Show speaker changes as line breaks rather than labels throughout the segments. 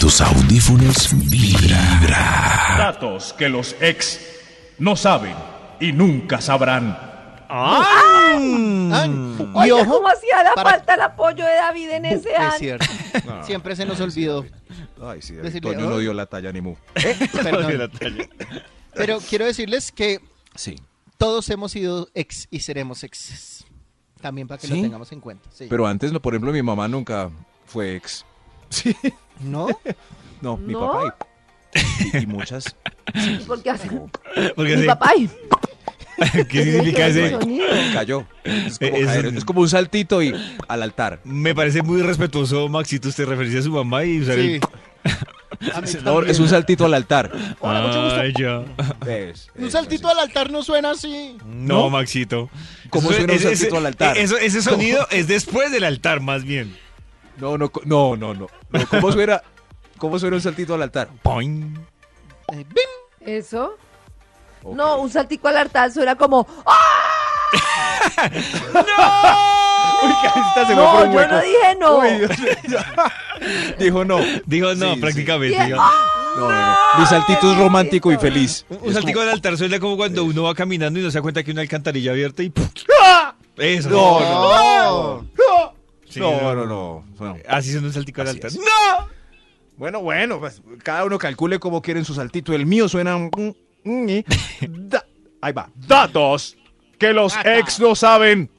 tus audífonos vibra.
Datos que los ex no saben y nunca sabrán. Mm.
Y
Oiga,
ojo,
¿cómo hacía la
para-
falta el apoyo de David en ese
Es
año?
cierto. Siempre se nos olvidó.
Ay, sí,
Decirle,
Antonio
"Oh".
no dio la talla ni mu.
Perdón. Pero quiero decirles que
Sí.
todos hemos sido ex y seremos exes. También para que
¿Sí?
lo tengamos en cuenta. sí.
Pero antes, no, por ejemplo, mi mamá nunca fue ex. Sí.
¿No?
No, mi
¿No?
papá y, y muchas.
Porque hace
Porque
mi
sí.
papá. ay,
¿Qué significa
ese
ese?
sonido.
Cayó. Eh, Es como,
Es-
caer, es como un saltito y al altar.
Me parece muy respetuoso, Maxito, usted referirse a su mamá y usar
Sí.
el...
A mí
No,
también.
es un saltito al altar.
Hola, mucho gusto.
Ay, ya.
Es-
Un
es
saltito
así.
al altar no suena así.
No,
¿No?
Maxito.
¿Cómo
Eso-
suena un
ese-
saltito
ese-
al altar?
eso- ese
¿Cómo?
sonido es después del altar, más bien.
No, no, co- no, no, no. No, ¿Cómo suena? ¿Cómo suena un saltito al altar?
Poing.
Eh, ¡bim!
¿Eso?
Ok.
No, un saltico al altar suena como. ¡Ah!
Uy, esta se fue
No,
por un
yo
hueco.
no dije no.
Uy, Dios mío. Dijo no.
Dijo, no,
Sí, sí.
prácticamente.
Bien.
dijo.
No, no, no. Mi saltito es
Diosito.
romántico y feliz.
Un- Un saltico del altar suena como cuando uno va caminando y no se da cuenta que hay una alcantarilla abierta y... ¡pum! Eso.
¡Ah! No,
No.
Sí,
no, no, no, no.
Así suena un saltico del
Así
altar.
es. Bueno, bueno, pues cada uno calcule cómo quieren su saltito. El mío suena. un- un- y- da- Ahí va. Datos que los ex no saben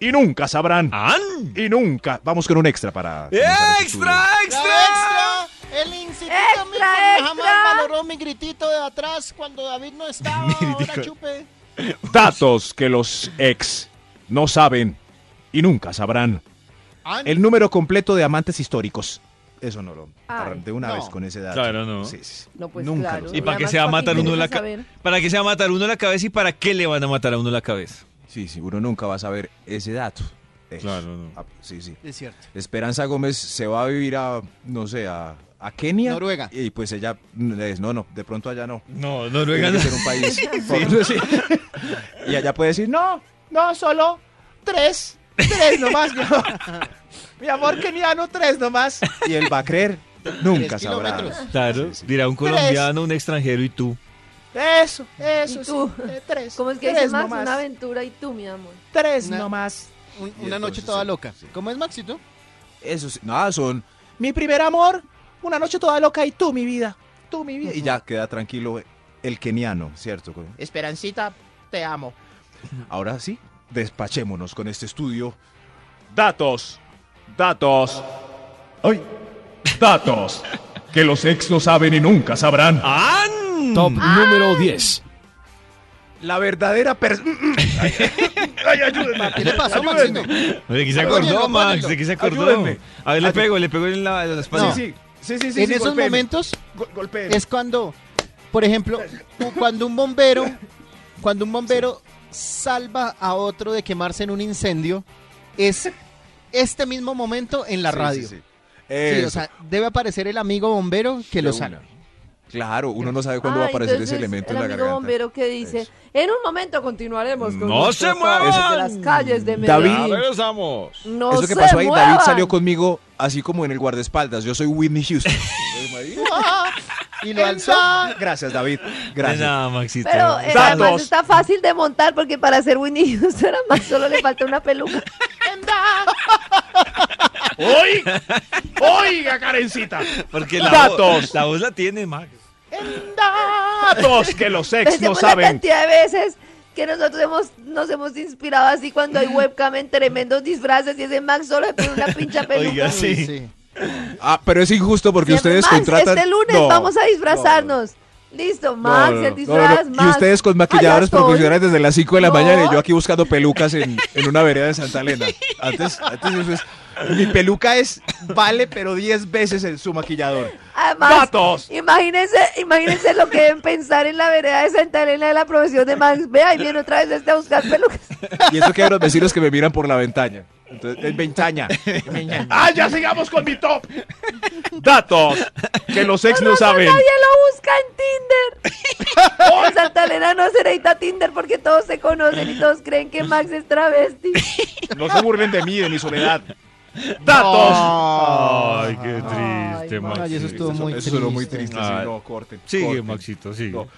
y nunca sabrán.
Ah. ¡An!
Y nunca. Vamos con un extra para. comenzar este
¡Extra, extra!
¡Extra! extra! El instituto
¡Extra,
Milton
extra!
jamás valoró mi gritito de atrás cuando David no estaba.
Mi
Ahora
gritico.
chupe.
estudio. Datos que los ex no saben y nunca sabrán.
An-
El número completo de amantes históricos. Eso no lo.
Ay,
de una
no.
vez con ese dato.
Claro, no.
Sí, sí, sí.
No, pues
Nunca
claro.
lo
¿Y
sabrán.
para qué
Además,
se va a matar uno
tienes
la
que saber?
cabeza? ¿Para qué se va a matar uno la cabeza y para qué le van a matar a uno la cabeza?
Sí, sí, uno nunca va a saber ese dato. Eso.
Claro, no.
Ah, Sí, sí.
Es cierto.
Esperanza Gómez se va a vivir a, no sé, a, a Kenia.
Noruega.
Y pues ella, es, no, no, de pronto allá no.
No,
Tiene
Noruega
que
no.
ser un país. Sí, sí. Y allá puede decir, no, no, solo tres, tres nomás. Mi amor, mi amor keniano, tres nomás. Y él va a creer, nunca
Tres
sabrá.
kilómetros.
Claro,
Sí, sí.
dirá un colombiano, un extranjero y tú.
Eso,
¿Y tú?
Este, tres.
¿Cómo es que dice Max? Una aventura y tú, mi amor.
tres
Una-
nomás.
Un-
Y
una noche
entonces
toda
sí,
loca.
sí.
¿Cómo es Maxito?
Eso sí, nada, son mi primer amor, una noche toda loca y tú, mi vida, tú, mi vida. Y ya queda tranquilo el keniano, ¿cierto?
Esperancita, te amo.
Ahora sí, despachémonos con este estudio. Datos, datos,
¡Ay!
datos, que los ex no saben y nunca sabrán.
Ah. ¡An!
Top número 10.
La verdadera persona...
¿Qué le pasó, Maxito?
De que se
Apóyenlo,
acordó, Max,
apóyenlo.
de que se acordó.
Ayúdenme.
A ver, le
Ayú-
pego, le pego en la, en la espalda.
No.
Sí, sí, sí, sí.
en esos momentos es cuando, por ejemplo, cu- cuando un bombero, cuando un bombero salva a otro de quemarse en un incendio, es este mismo momento en la radio. Sí, o sea, debe aparecer el amigo bombero que lo salva.
Este, Claro, uno no sabe cuándo
Ah,
va a aparecer ese
entonces,
elemento
el
en la
amigo
garganta.
bombero que dice,
Eso.
en un momento continuaremos con
¡No
nuestro
se muevan!
trabajo de las calles de
David.
Medellín.
regresamos.
No
Eso que
se
pasó ahí, David
muevan.
salió conmigo así como en el guardaespaldas. Yo soy Whitney Houston.
Y lo alzó.
Gracias, David.
De
Gracias.
nada, Maxito.
Pero eh,
Datos.
además está fácil de montar porque para hacer Winnie Houston a Max solo le falta una peluca.
¡Oiga, oiga Karencita!
Porque la
Datos.
voz, la voz la tiene, Max.
Datos que los ex no
Pensemos la
saben.
cantidad de veces que nosotros hemos, nos hemos inspirado así cuando
Mm.
hay webcam en tremendos disfraces y ese Max solo le pone una pincha peluca.
Oiga,
Sí.
sí.
Ah, pero es injusto porque
Siempre,
ustedes
Max,
contratan.
Este lunes
No,
vamos a disfrazarnos. Listo,
no,
Max,
no, no,
el
no,
disfraz,
no, no.
Max.
Y ustedes con maquilladores
Allá estoy.
profesionales desde las 5 de la
No.
mañana y yo aquí buscando pelucas en, en una vereda de Santa Elena. Antes, antes eso es. Mi peluca es. Vale, pero 10 veces en su maquillador.
Además,
Datos.
Imagínense, imagínense lo que deben pensar en la vereda de Santa Elena de la profesión de Max. Vea, ahí viene otra vez este a buscar pelucas.
Y eso que hay unos vecinos que me miran por la ventana. Entonces, en ventaña. ¡Ah, ya sigamos con mi top! Datos que los ex no saben.
Nadie lo busca en Tinder. En Santa Elena no se necesita Tinder porque todos se conocen y todos creen que Max es travesti.
No se burlen de mí, de mi soledad. ¡Datos!
Ay, qué
Ay,
triste,
Max.
Max.
Ay, eso estuvo muy
eso sonó muy
triste.
triste. sí,
Ay.
no, corten.
Sigue,
corten.
Maxito, sigue.
No.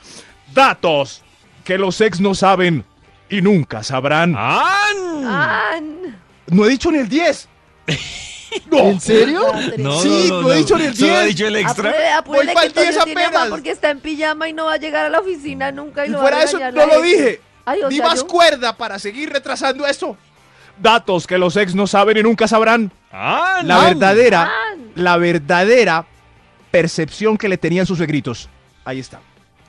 Datos que los ex no saben y nunca sabrán.
¡Ah!
¡An!
No he dicho ni el 10. No.
¿En serio?
No,
Sí,
no, no,
lo he dicho en el
Solo ha
10.
dicho el extra.
Apure- apúrele que
Voy pa'l 10
Toño tiene afán
apenas.
porque está en pijama y no va a llegar a la oficina nunca. Y,
Y
lo va
fuera
a
de eso,
regañar
no
la
lo
gente.
dije.
Ay, o
Ni
sea,
más
yo-
cuerda para seguir retrasando eso. Datos que los ex no saben y nunca sabrán.
¡Ah!
La verdadera,
An.
la verdadera percepción que le tenían sus suegritos. Ahí está.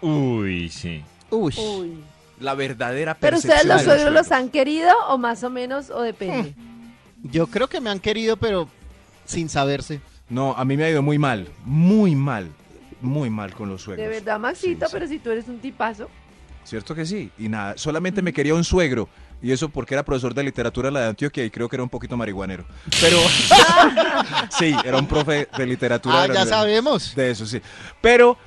Uy, sí.
Uy.
Uy.
La verdadera
Pero ustedes
percepción
los
de
suegros los han querido o más o menos o depende.
Yo creo que me han querido, pero sin saberse.
No, a mí me ha ido muy mal. Muy mal. Muy mal con los suegros.
De verdad, Maxito,
Sí, sí.
pero si tú eres un tipazo.
¿Cierto que sí? Y nada, solamente me quería un suegro. Y eso porque era profesor de literatura en la de Antioquia y creo que era un poquito marihuanero. Pero sí, era un profe de literatura.
Ah,
de la
ya
universidad.
sabemos.
De eso, sí. Pero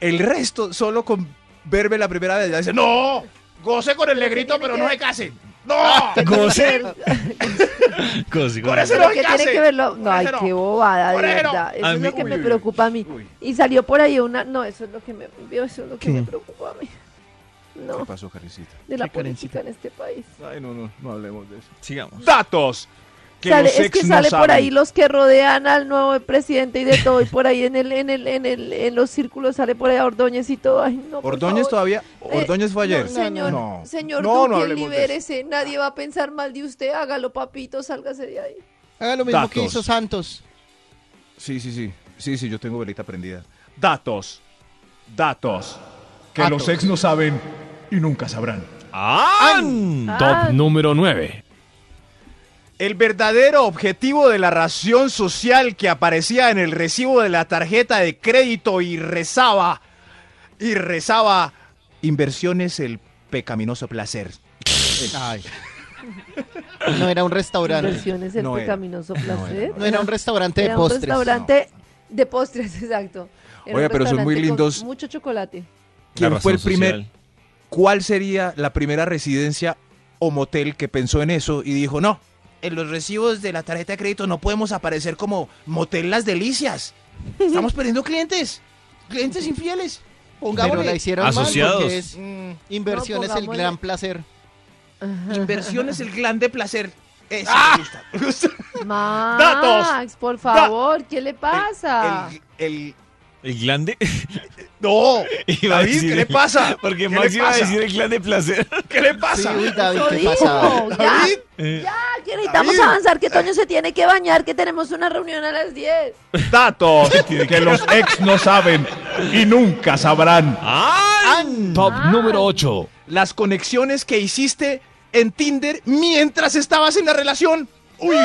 el resto, solo con verme la primera vez, ya dice, no, goce con el negrito, pero no se case. No,
Goce. Goce,
Por eso
goce.
no
¿Pero
se
qué tiene
case.
que verlo? No, ay,
Orejero.
qué bobada, de
Orejero.
verdad. Eso
A
es
mí-
lo que
Uy,
me
uy,
preocupa a mí.
Ah, uy.
Y salió por ahí una. No, eso es lo que me, eso es lo que me preocupa a mí.
¿Qué
No,
pasó, Karencita?
de la
¿Qué, Karencita?
política en este país.
Ay, no, no, no hablemos de eso.
Sigamos.
Datos. Que
Sale-
los
es
ex
que
no
sale por
saben.
ahí los que rodean al nuevo presidente y de todo, y por ahí en el, en el, en el, en los círculos sale por ahí Ordóñez y todo. Ay, no, por
Ordóñez
favor.
todavía, Ordóñez fue
Eh,
ayer.
No, señor, señor
No, no
Duque,
hablemos de eso.
libérese. Nadie va a pensar mal de usted. Hágalo, papito, sálgase de ahí.
Haga Ah, lo mismo que
Datos.
hizo Santos.
Sí, sí, sí. Sí, sí, yo tengo velita prendida. Datos. Datos. Que
Datos.
los ex no saben y nunca sabrán.
¡Ah!
Mm.
Top número 9.
El verdadero objetivo de la ración social que aparecía en el recibo de la tarjeta de crédito y rezaba, y rezaba, inversiones el pecaminoso placer.
Ay. No era un restaurante.
Inversiones en este
No era,
pecaminoso
no era, no
placer.
No era un restaurante de
Era un
postres.
restaurante de postres, exacto. Era
Oiga,
un
pero son muy
restaurante con
lindos.
Mucho chocolate.
¿Quién
La
fue el
razón
primer?
social.
¿Cuál sería la primera residencia o motel que pensó en eso y dijo, no, en los recibos de la tarjeta de crédito no podemos aparecer como motel las delicias? Estamos perdiendo clientes, clientes infieles.
Pero la
Pongámosle
hicieron
Asociados.
mal porque es Mm. inversiones
No,
el
pongámosle.
gran placer.
inversiones el gran de placer. Eso
Ah.
me gusta.
Max, por favor, ¿qué le pasa?
Ah.
El, el-
El glande.
no,
Iba a
David,
decir-
¿qué le pasa? ¿Qué
Porque Max
le
iba a
pasa?
decir el clan de placer.
¿Qué le
Sí,
pasa?
uy, David,
Eso
¿qué
dijo.
pasaba?
Ya,
David,
Eh,
ya, que necesitamos
David. Eh.
avanzar, que Toño se tiene que bañar, que tenemos una reunión a las 10.
datos que los ex no saben y nunca sabrán.
¡Ah!
Top número 8.
las conexiones que hiciste en Tinder mientras estabas en la relación. ¡Uy!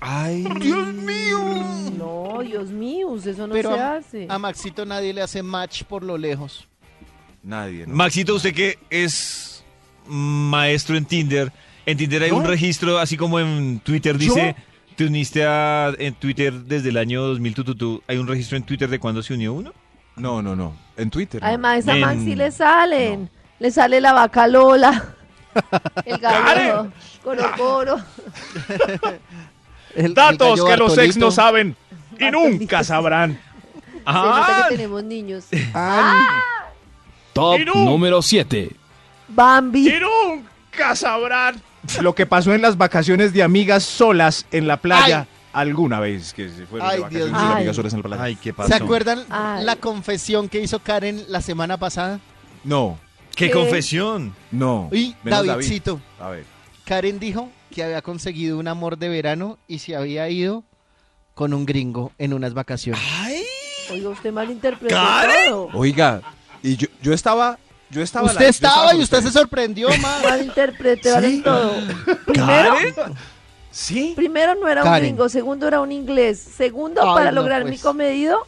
¡Ay!
¡Dios mío!
No, Dios mío, eso no
Pero
se
a,
hace.
a Maxito nadie le hace match por lo lejos.
Nadie, ¿no?
Maxito, usted que es maestro en Tinder. En Tinder hay
¿Yo?
un registro, así como en Twitter
¿Yo?
dice, te uniste a, en Twitter desde el año 2000, tu, tu, tu. ¿Hay un registro en Twitter de cuándo se unió uno?
No, no, no. En Twitter. no.
Además, a
Men.
Max sí le salen. Le sale la vaca Lola. El gallo.
Ah.
Color coro.
El- el
Datos
gallo
que los ex
Bartolito.
no saben y nunca sabrán.
Se nota
¡Ah!
que tenemos niños.
Top
Y no.
número 7.
Y
Bambi.
nunca sabrán lo que pasó en las vacaciones de amigas solas en la playa alguna vez que se fueron
Ay,
de vacaciones
Dios
de
mío.
amigas solas en la playa.
Ay, qué pasó.
¿Se acuerdan
Ay.
la confesión que hizo Karen la semana pasada?
No,
¡Qué
¿Qué?
confesión!
no.
Y
Menos David.
Davidcito.
A ver.
Karen dijo que había conseguido un amor de verano y se había ido con un gringo en unas vacaciones.
Ah,
¡Ay!
Oiga, usted malinterpretó
¿Karen?
todo.
Oiga, y yo, yo estaba. Yo estaba
usted
la- yo
estaba
con
y usted se
ustedes.
sorprendió, más.
Malinterpretaron
Sí.
todo. Primero,
Sí.
primero no era un
Karen.
gringo, segundo era un inglés. Segundo,
Ay,
para
no,
lograr
pues.
mi comedido,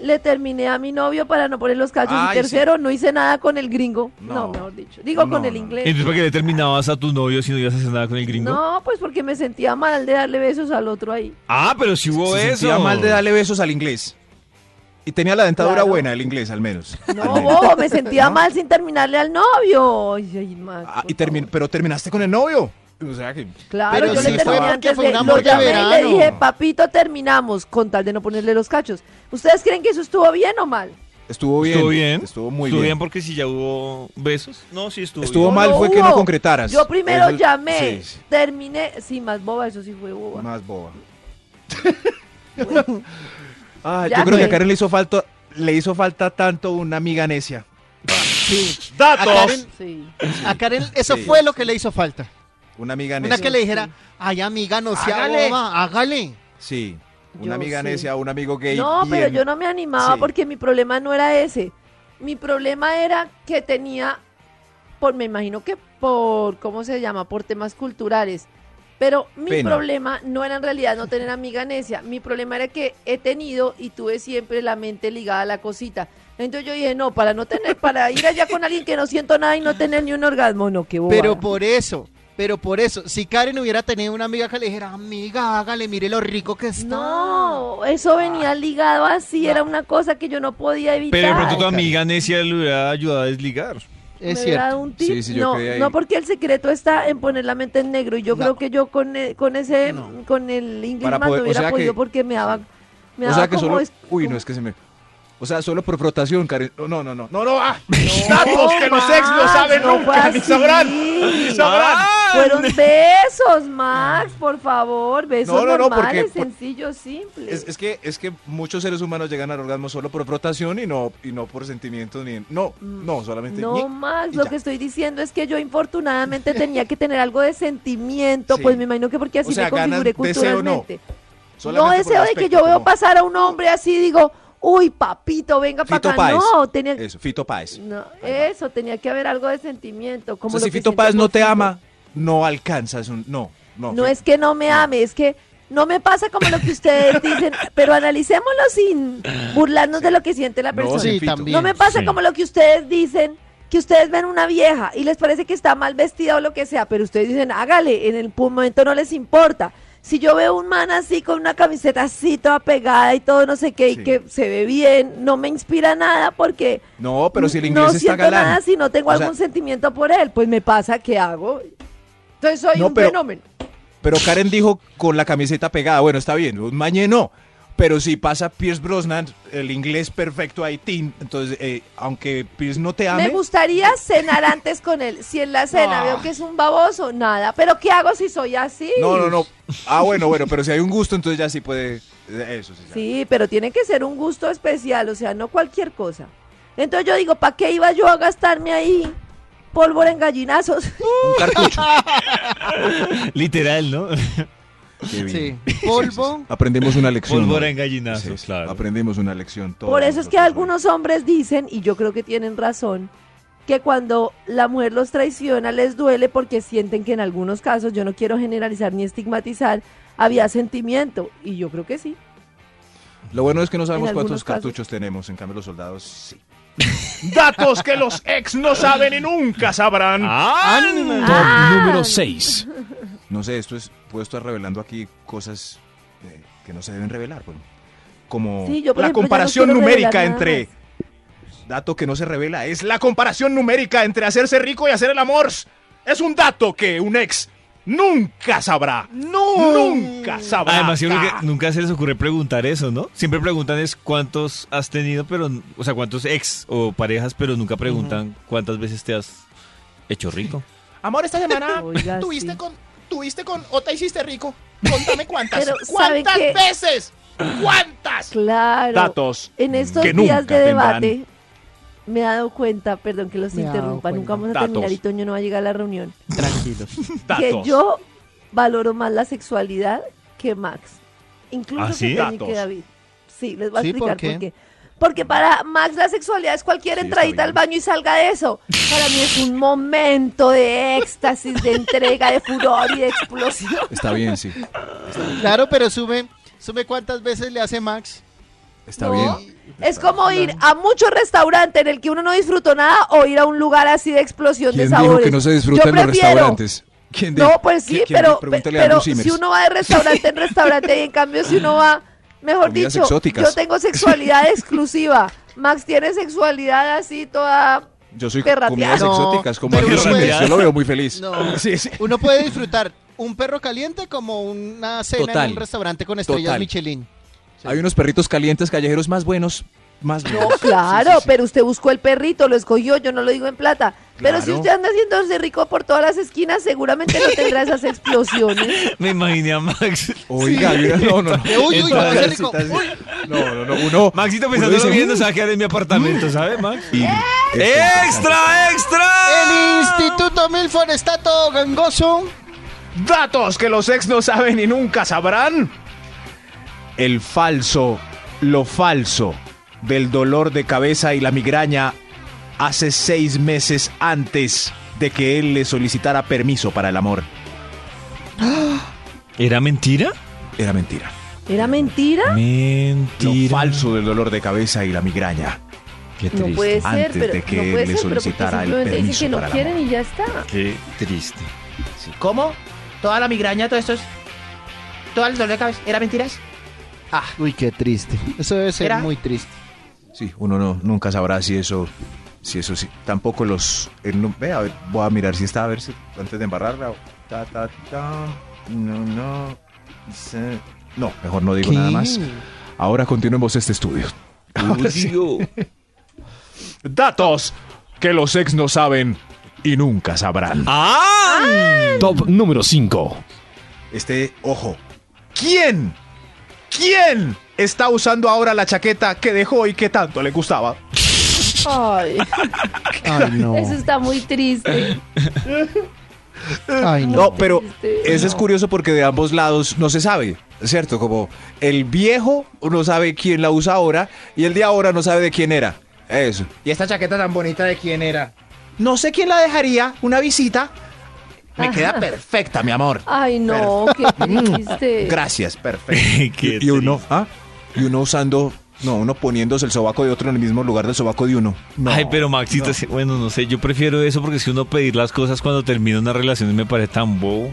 le terminé a mi novio para no poner los cachos.
Ay,
y tercero, no hice nada con el gringo.
No.
No, mejor dicho. Digo
No,
con el
no, no.
inglés.
Entonces, ¿para qué le terminabas a tu novio si no ibas a hacer nada con el gringo?
No, pues porque me sentía mal de darle besos al otro ahí.
Ah, pero si hubo
se
eso.
sentía mal de darle besos al inglés. Y tenía la dentadura
Claro.
buena el inglés, al menos. Al
No,
menos.
bobo, me sentía mal sin terminarle al novio. Ay, ay, Max,
Ah,
por
y termi-
favor.
pero terminaste con el novio. O sea que.
Claro,
Pero
yo
si
le
fue porque
terminé antes
fue
de,
un
lo
amor de
llamé y le
verano.
dije, papito, terminamos, con tal de no ponerle los cachos. ¿Ustedes creen que eso estuvo bien o mal?
Estuvo bien.
Estuvo bien.
Estuvo muy
estuvo bien.
bien.
porque si ya hubo besos. No, sí estuvo.
Estuvo
No,
mal
no
fue que no
hubo.
concretaras.
Yo primero
Eso-
llamé,
sí, sí,
terminé, sí, más boba, eso sí fue boba.
Más boba.
Bueno,
Ah,
Ya pues.
yo creo que a
fue.
Karen le hizo falta, le hizo falta tanto una amiga necia.
Sí. A
¡Datos!
Karen,
sí.
a Karen eso
Sí.
fue lo que le hizo falta.
Una amiga necia.
Una que le dijera, ay amiga, no sea
Hágale.
boba, hágale.
Sí. Una
Yo
amiga
sí.
necia, un amigo gay.
No, pero
bien.
yo no me animaba
Sí.
porque mi problema no era ese. Mi problema era que tenía, por, me imagino que por, ¿cómo se llama? Por temas culturales. Pero mi
Pena.
problema no era en realidad no tener amiga necia. Mi problema era que he tenido y tuve siempre la mente ligada a la cosita. Entonces yo dije, no, para no tener, para ir allá con alguien que no siento nada y no tener ni un orgasmo, no, qué bobada.
Pero por eso, pero por eso, si Karen hubiera tenido una amiga que le dijera, amiga, hágale, mire lo rico que está.
No, eso venía ligado así, era una cosa que yo no podía evitar.
Pero de pronto tu amiga necia le hubiera ayudado a desligar.
Es
¿Me hubiera
cierto.
dado un tip?
Sí, sí, yo
no,
creí ahí.
no, porque el secreto está en poner la mente en negro. Y yo
No.
creo que yo con, e- con ese, con el inglés
Para
más no
poder- o
hubiera
sea que-
podido porque me daba. Me
O
daba
sea que
como
solo.
es-
Uy,
como-
no, es que se me. O sea, solo por frotación, Karen. No, no, no, no. No, no, ah.
¡No,
Datos que los ex no
Max,
saben
no
nunca,
fue
ni
así! Ah,
sabrán. Ni sabrán.
Fueron besos, Max, por favor. Besos
No, no, no, porque-
normales,
por-
sencillos, simples.
Es, es que, es que muchos seres humanos llegan al orgasmo solo por frotación y no, y no por sentimientos ni. No, no, solamente.
Mm, No,
ñi-
Max,
y
lo
ya.
que estoy diciendo es que yo infortunadamente tenía que tener algo de sentimiento,
Sí.
pues me imagino que porque así
O sea,
me
ganan
configuré
deseo, no.
culturalmente. No
solamente por
deseo de que
aspecto,
yo veo
como
pasar a un hombre así y digo, uy, papito, venga
Fito
para acá.
Páez.
No, tenía
Eso, Fito Páez.
no, eso, tenía que haber algo de sentimiento. Como
o
lo
sea, si
que
Fito
siento
Páez
por
no te
Fito.
ama, no alcanzas un. No, no.
No
Fito.
es que no me ame, es que no me pasa como lo que ustedes dicen, pero analicémoslo sin burlarnos de lo que siente la
No,
persona.
sí,
Sí,
Fito.
No
también.
me pasa
Sí.
como lo que ustedes dicen, que ustedes ven una vieja y les parece que está mal vestida o lo que sea, pero ustedes dicen, hágale, en el pu- momento no les importa. Si yo veo un man así con una camiseta así toda pegada y todo no sé qué
Sí.
y que se ve bien, no me inspira nada porque
No, pero si el inglés
no
está
siento
galán.
nada si no tengo
O sea-
algún sentimiento por él, pues me pasa que hago. Entonces soy
No,
un
pero-
fenómeno.
Pero Karen dijo con la camiseta pegada. Bueno, está bien, un mañe no. Pero si pasa Pierce Brosnan, el inglés perfecto a Itin, entonces, eh, aunque Pierce no te
Me
ame,
gustaría cenar antes con él. Si en la cena veo que es un baboso, nada. Pero ¿qué hago si soy así?
no, no, no. Ah, bueno, bueno, pero si hay un gusto, entonces ya sí puede. Eso sí. ya.
Sí, pero tiene que ser un gusto especial, o sea, no cualquier cosa. Entonces yo digo, ¿para qué iba yo a gastarme ahí pólvora en gallinazos?
Un cartucho.
Literal, ¿no?
Qué bien.
Sí.
Sí, sí,
Polvo.
sí. Aprendemos una lección.
Pólvora en
¿no? Sí,
gallinazos,
sí.
claro.
Aprendemos una lección. todos
Por eso es que
nosotros.
algunos hombres dicen, y yo creo que tienen razón, que cuando la mujer los traiciona les duele porque sienten que en algunos casos, yo no quiero generalizar ni estigmatizar, había sentimiento. Y yo creo que sí.
Lo bueno es que no sabemos
En
cuántos
algunos casos.
cartuchos tenemos, en cambio los soldados sí.
Datos que los ex no saben y nunca sabrán.
Top
Ah.
número 6.
No sé, esto es, puedo estar revelando aquí cosas eh, que no se deben revelar, bueno. Como
Sí, yo, por ejemplo,
la
ya no
comparación
quiero
numérica
revelar nada
entre... Dato que no se revela, es la comparación numérica entre hacerse rico y hacer el amor. Es un dato que un ex nunca sabrá. Nunca sabrá.
Además, yo creo que nunca se les ocurre preguntar eso, ¿no? Siempre preguntan es cuántos has tenido, pero, o sea, cuántos ex o parejas, pero nunca preguntan cuántas veces te has hecho rico.
Amor, esta semana
Oiga,
tuviste
sí.
con tuviste con o te hiciste rico. Contame cuántas.
Pero, ¿saben
¿Cuántas
qué?
veces? ¿Cuántas?
Claro.
Datos
En estos
que
días
nunca
de
tendrán.
debate me he dado cuenta, perdón que los
Me he dado
interrumpa, nunca
cuenta.
vamos a
Datos.
terminar y Toño no va a llegar a la reunión,
Tranquilos.
Datos.
que yo valoro más la sexualidad que Max. Incluso
¿Ah, sí?
que, Toño y
Datos.
que David. Sí, les voy a
Sí,
explicar
¿por
por qué?
qué?
Porque para Max la sexualidad es cualquier
Sí, está
entradita al
bien.
baño y salga de eso. Para mí es un momento de éxtasis, de entrega, de furor y de explosión.
Está bien, sí.
Claro, pero sume, sume cuántas veces le hace Max.
Está
No,
bien.
Es como ir a muchos restaurantes en el que uno no disfrutó nada o ir a un lugar así de explosión de
¿Quién
sabores.
dijo que no se disfrutan
Yo
los
prefiero-
restaurantes? ¿Quién dijo?
No, pues sí,
¿Quién- quién?
pero, pe-
Pregúntale a
pero
Andrew Simmers.
si uno va de restaurante en restaurante y en cambio si uno va, mejor
Comidas
dicho,
exóticas.
yo tengo sexualidad exclusiva. Max tiene sexualidad así toda
Yo soy
Perratear.
comidas
No,
exóticas, como
pero
Andrés
uno
Jiménez, Yo
puede-
lo veo muy feliz.
No.
Sí, sí.
Uno puede disfrutar un perro caliente como una cena
Total.
en un restaurante con estrellas
Total.
Michelin.
Hay unos perritos calientes callejeros más buenos. Más
No,
buenos.
claro,
Sí, sí, sí.
pero usted buscó el perrito, lo escogió, yo no lo digo en plata. Pero si
Claro.
usted anda haciéndose rico por todas las esquinas, seguramente no tendrá esas explosiones.
Me imaginé a Max.
Oiga, mira, no, no, no.
Uy, uy,
Entonces,
no, qué rico.
estás- No, no, no. Uno.
Maxito
uno
pensándolo
dice,
viendo,
"Mm,
se va a quedar en mi apartamento, ¿sabe, Max?
Este ¡Extra,
Mm. ¡Extra, extra!
El Instituto Milford está todo gangoso.
Datos que los ex no saben y nunca sabrán. El falso, lo falso del dolor de cabeza y la migraña hace seis meses antes de que él le solicitara permiso para el amor.
¿Era mentira?
Era mentira.
¿Era mentira?
Lo
Mentira.
falso del dolor de cabeza y la migraña.
Qué
No
triste.
puede ser,
Antes
pero
de que
no puede ser,
le
pero porque
solicitara el
simplemente dicen
permiso
que no
para el
quieren
amor.
y ya está.
Qué triste.
¿Cómo? ¿Toda la migraña, todo esto es... ¿Todo el dolor de cabeza? ¿Era mentiras?
Uy, qué triste. Eso debe ser
Era-
muy triste.
Sí, uno no, nunca sabrá si eso, si eso sí. Tampoco los. él no- ve, a ver, voy a mirar si está, a ver si antes de embarrarla. Ta, ta, ta. No, no. se- No, mejor no digo nada más. Ahora continuemos este estudio. Ahora sí. Datos que los ex no saben y nunca sabrán.
Top número 5.
Ah. Este, ojo. ¿Quién? ¿Quién está usando ahora la chaqueta que dejó y que tanto le gustaba?
Ay,
Ay, no.
eso está muy triste.
Ay, no.
No, pero
Este,
eso es
no.
curioso porque de ambos lados no se sabe, ¿cierto? Como el viejo no sabe quién la usa ahora y el de ahora no sabe de quién era. Eso.
¿Y esta chaqueta tan bonita de quién era?
No sé quién la dejaría, una visita. Me
Ah.
Ajá.
queda perfecta, mi amor.
Ay, no, qué triste.
Mm. Gracias, perfecto.
Qué
y, y uno, ¿ah? Y uno usando, no, uno poniéndose el sobaco de otro en el mismo lugar del sobaco de uno. No.
Ay, pero Maxito, sí, bueno, no sé, yo prefiero eso porque si uno pedir las cosas cuando termina una relación me parece tan bobo.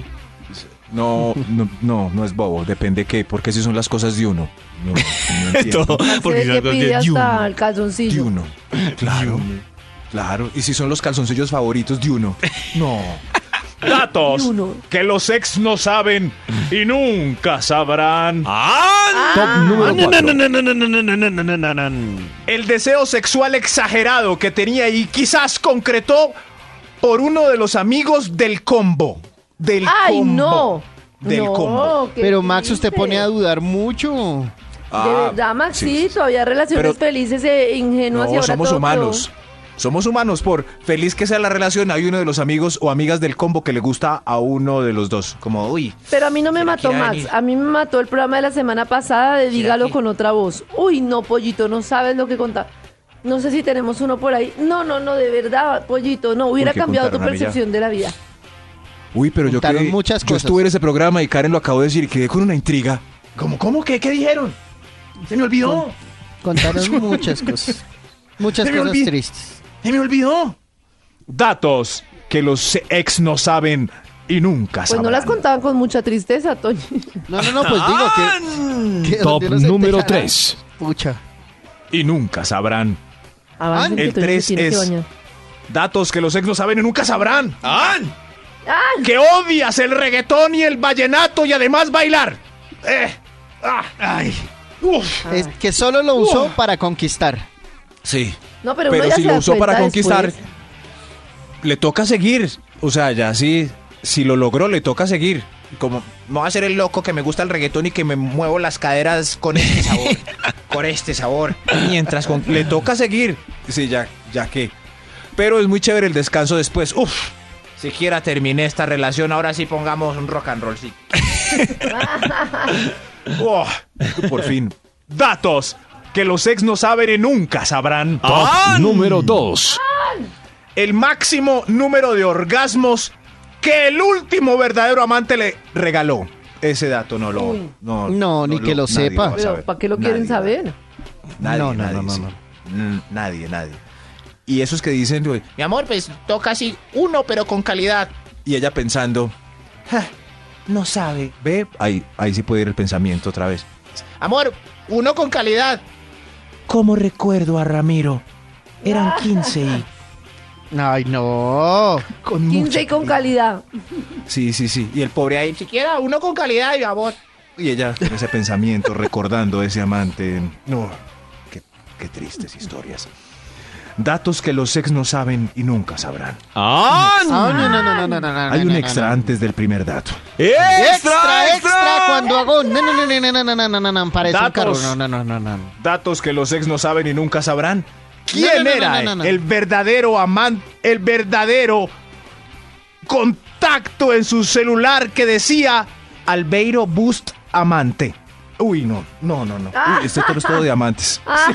No, no, no, no es bobo, depende qué, porque si son las cosas de uno. No, no entiendo.
Todo,
Se ve
porque es
que
algo de-
pide
y uno.
hasta el calzoncillo.
De uno. Claro. Claro. Y si son los calzoncillos favoritos de uno. No.
Datos
Uno.
que los ex no saben y nunca sabrán.
¡Ah!
Top número 4.
El deseo sexual exagerado que tenía y quizás concretó por uno de los amigos del combo.
Del
Ay,
combo.
no.
Del
No,
combo.
qué
Pero Max, usted
triste.
pone a dudar mucho.
Ah,
De verdad, Maxito, había relaciones
Pero-
felices e ingenuas y
No,
ahora
somos
todo
humanos. Somos humanos, por feliz que sea la relación, hay uno de los amigos o amigas del combo que le gusta a uno de los dos. Como, uy,
Pero a mí no me mató
que va a
Max,
venir?
a mí me mató el programa de la semana pasada de Dígalo con otra voz. Uy, no, Pollito, no sabes lo que contar. No sé si tenemos uno por ahí. No, no, no, de verdad, Pollito, no, hubiera
¿qué
cambiado tu
contaron, amiga?
percepción de la vida. Pues
uy, pero yo
Contaron
quedé-
muchas
Yo
cosas.
estuve en ese programa y Karen lo acabo de decir y quedé con una intriga.
¿Cómo, cómo? ¿Qué, qué dijeron? Se me olvidó.
Contaron muchas cosas. Muchas
Se me
cosas
olvidó.
tristes.
Se me olvidó.
Datos que los ex no saben y nunca
Pues no las contaban con mucha tristeza, Toño.
No, no, no, pues digo que. que
Top
donde uno se
número
entera-
3.
Pucha.
Y nunca sabrán.
Avancen, que
el
Toño se
tres
Ah, tiene que
es-
bañar.
Datos que los ex no saben y nunca sabrán.
¡Ah!
Que odias el reggaetón y el vallenato y además bailar. Eh, ah, ay. Uf.
Es que solo lo usó para conquistar.
Sí.
No, pero, uno
Pero
ya
si
se
lo
da
usó para
cuenta
conquistar,
después.
le toca seguir. O sea, ya sí, si lo logró, le toca seguir. Como, no va a ser el loco que me gusta el reggaetón y que me muevo las caderas con este sabor. con este sabor. Mientras con- le toca seguir. Sí, ya, ya que. Pero es muy chévere el descanso después. Uf, siquiera terminé esta relación, ahora sí pongamos un rock and roll, sí.
Oh.
Por fin.
Datos que los ex no saben y nunca sabrán. Ah,
Top número 2.
El máximo número de orgasmos que el último verdadero amante le
Regaló. Ese dato no lo.
Uy.
No,
No, ni que lo
nadie
sepa.
va pues, a
Pero
saber.
¿para qué lo quieren
Nadie va a
saber?
Nadie,
No, no,
nadie,
no, no,
sí.
no.
Mm, Nadie, nadie. Y esos que dicen, güey,
Mi amor, pues toca así uno, pero con calidad.
y ella pensando, "Ja, no sabe, ve, ahí, ahí sí puede ir el pensamiento otra vez.
Amor, uno con calidad.
¿Cómo recuerdo a Ramiro? Eran 15 y
Ay, no.
15 y con calidad.
Sí, sí, sí. Y el pobre ahí,
Siquiera uno con calidad y amor.
Y ella con ese pensamiento, recordando ese amante. No, qué, qué tristes historias. Datos que los ex no saben y nunca sabrán.
Ah, no, no, no, no, no, no, no,
Hay
no,
un
no,
extra
no.
antes del primer dato.
¡Extra,
Extra, extra, cuando hago. No, no, no, no, no, no, no, no, no, no, parece un carro.
Datos.
No, no, no, no, no.
Datos que los ex no saben y nunca sabrán.
No, no,
¿Quién
no,
era
no, no, no.
el verdadero amante, el verdadero contacto en su celular que decía Albeiro Boost Amante? Uy, no, no, no, no.
Ah.
Uy, este toro es todo de amantes.
Ah,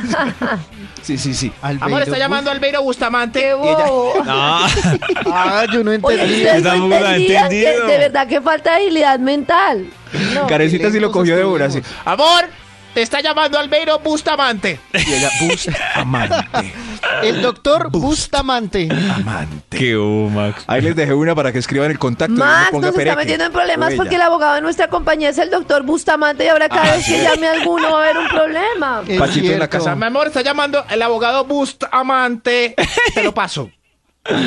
Sí, sí, sí.
Amor, está llamando Albeiro Bustamante.
¡Qué bobo!
Ah,
Ah, yo no
Oye,
entendí.
ustedes no
tampoco la
entendían que-
entendido.
de verdad que falta de agilidad mental. No.
Carecita sí lo
lentos
cogió de una, sí.
estuvimos.
Amor, te está llamando Albeiro Bustamante.
Y ella, Boost Amante.
El doctor Bustamante.
Amante.
qué hubo, Max.
Ahí les dejé una para que escriban el contacto. y no
Max
se ponga
nos está
pereque.
metiendo en problemas
Bella.
porque el abogado de nuestra compañía es el doctor Bustamante y ahora
Ah,
cada vez que llame a alguno va a haber un problema.
Eh,
Es
Pachito en la
cierto.
casa.
Mi amor, está llamando el abogado Bustamante. Te lo paso.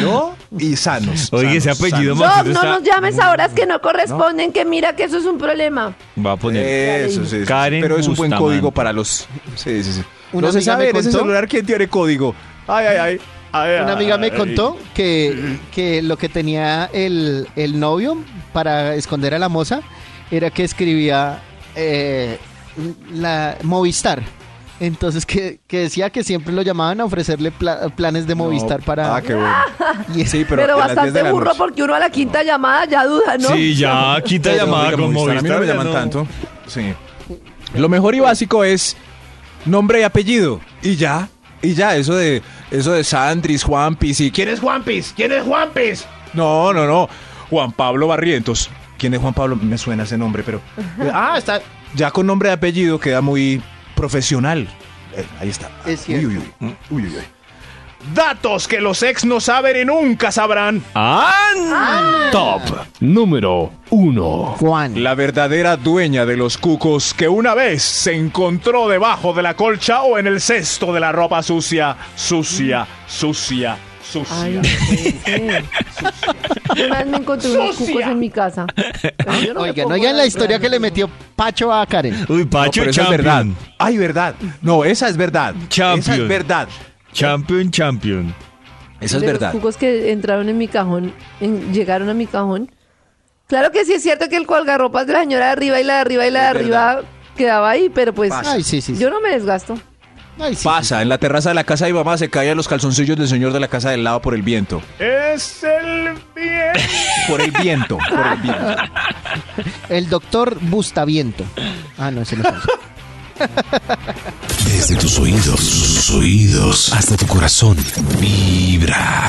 ¿No? Y sanos.
Oye, ese
sanos,
apellido,
sanos.
Sob, no
Maxito, está-
nos llames a horas que no corresponden, que mira que eso es un problema.
Va a poner.
Eso, sí, sí.
Karen
Pero es un buen
Bustamante.
código para los. Sí, sí, sí.
Una
no se
amiga
sabe
me
en ese
contó-
celular quién tiene código. Ay, ay, ay. Ay,
Una amiga me
ay.
contó que, que lo que tenía el, el novio para esconder a la moza era que escribía eh, la Movistar. Entonces que, que decía que siempre lo llamaban a ofrecerle pla- planes de
No.
Movistar para...
Ah, qué bueno.
y-
Sí, pero.
Pero,
a las 10 de
bastante
la
burro
noche.
porque uno a la quinta llamada ya duda, ¿no?
Sí, ya, quita
Pero,
llamada
oiga,
con
Movistar, A mí no
Movistar,
me
ya
llaman
no.
tanto. Sí. Lo mejor y básico es nombre y apellido. Y ya. Y ya, eso de eso de Sandris, Juan Pisi. ¿Quién es Juan Pis? ¿Quién es Juan Pis? No, no, no. Juan Pablo Barrientos. ¿Quién es Juan Pablo? Me suena ese nombre, pero eh,
Ah, está.
ya con nombre y apellido queda muy profesional. Eh, ahí está.
Es
Uy,
cierto.
uy, uy. Uy, uy, uy. Datos que los ex no saben y nunca sabrán.
Top número uno.
Juan.
La verdadera dueña de los cucos que una vez se encontró debajo de la colcha o en el cesto de la ropa sucia, sucia, sucia, sucia.
Ay, no puede ser. Yo Una vez me encontré unos cucos en mi casa. Pero yo no me
Oigan,
pongo
oigan la
de
historia que le
acuerdo.
metió Pacho a Karen.
Uy,
No,
Pacho,
pero esa es verdad.
Ah, champion.
Ay, verdad. No, esa es verdad. Esa es
Champion.
verdad.
Champion, champion.
Esa es
de
verdad.
Los cucos que entraron en mi cajón, en- llegaron a mi cajón. Claro que sí es cierto que el colgarropas de la señora de arriba y la de arriba y la de
Es
arriba quedaba ahí, pero pues
Pasa. Ay, sí, sí, sí.
yo no me desgasto.
Ay, sí,
Pasa, en la terraza de la casa de mi mamá se caían los calzoncillos del señor de la casa del lado por el viento.
Es el bien.
Por el viento, por el viento.
sí. El doctor Bustaviento. Ah, no, ese no es.
Desde tus oídos, sus oídos, hasta tu corazón, vibra.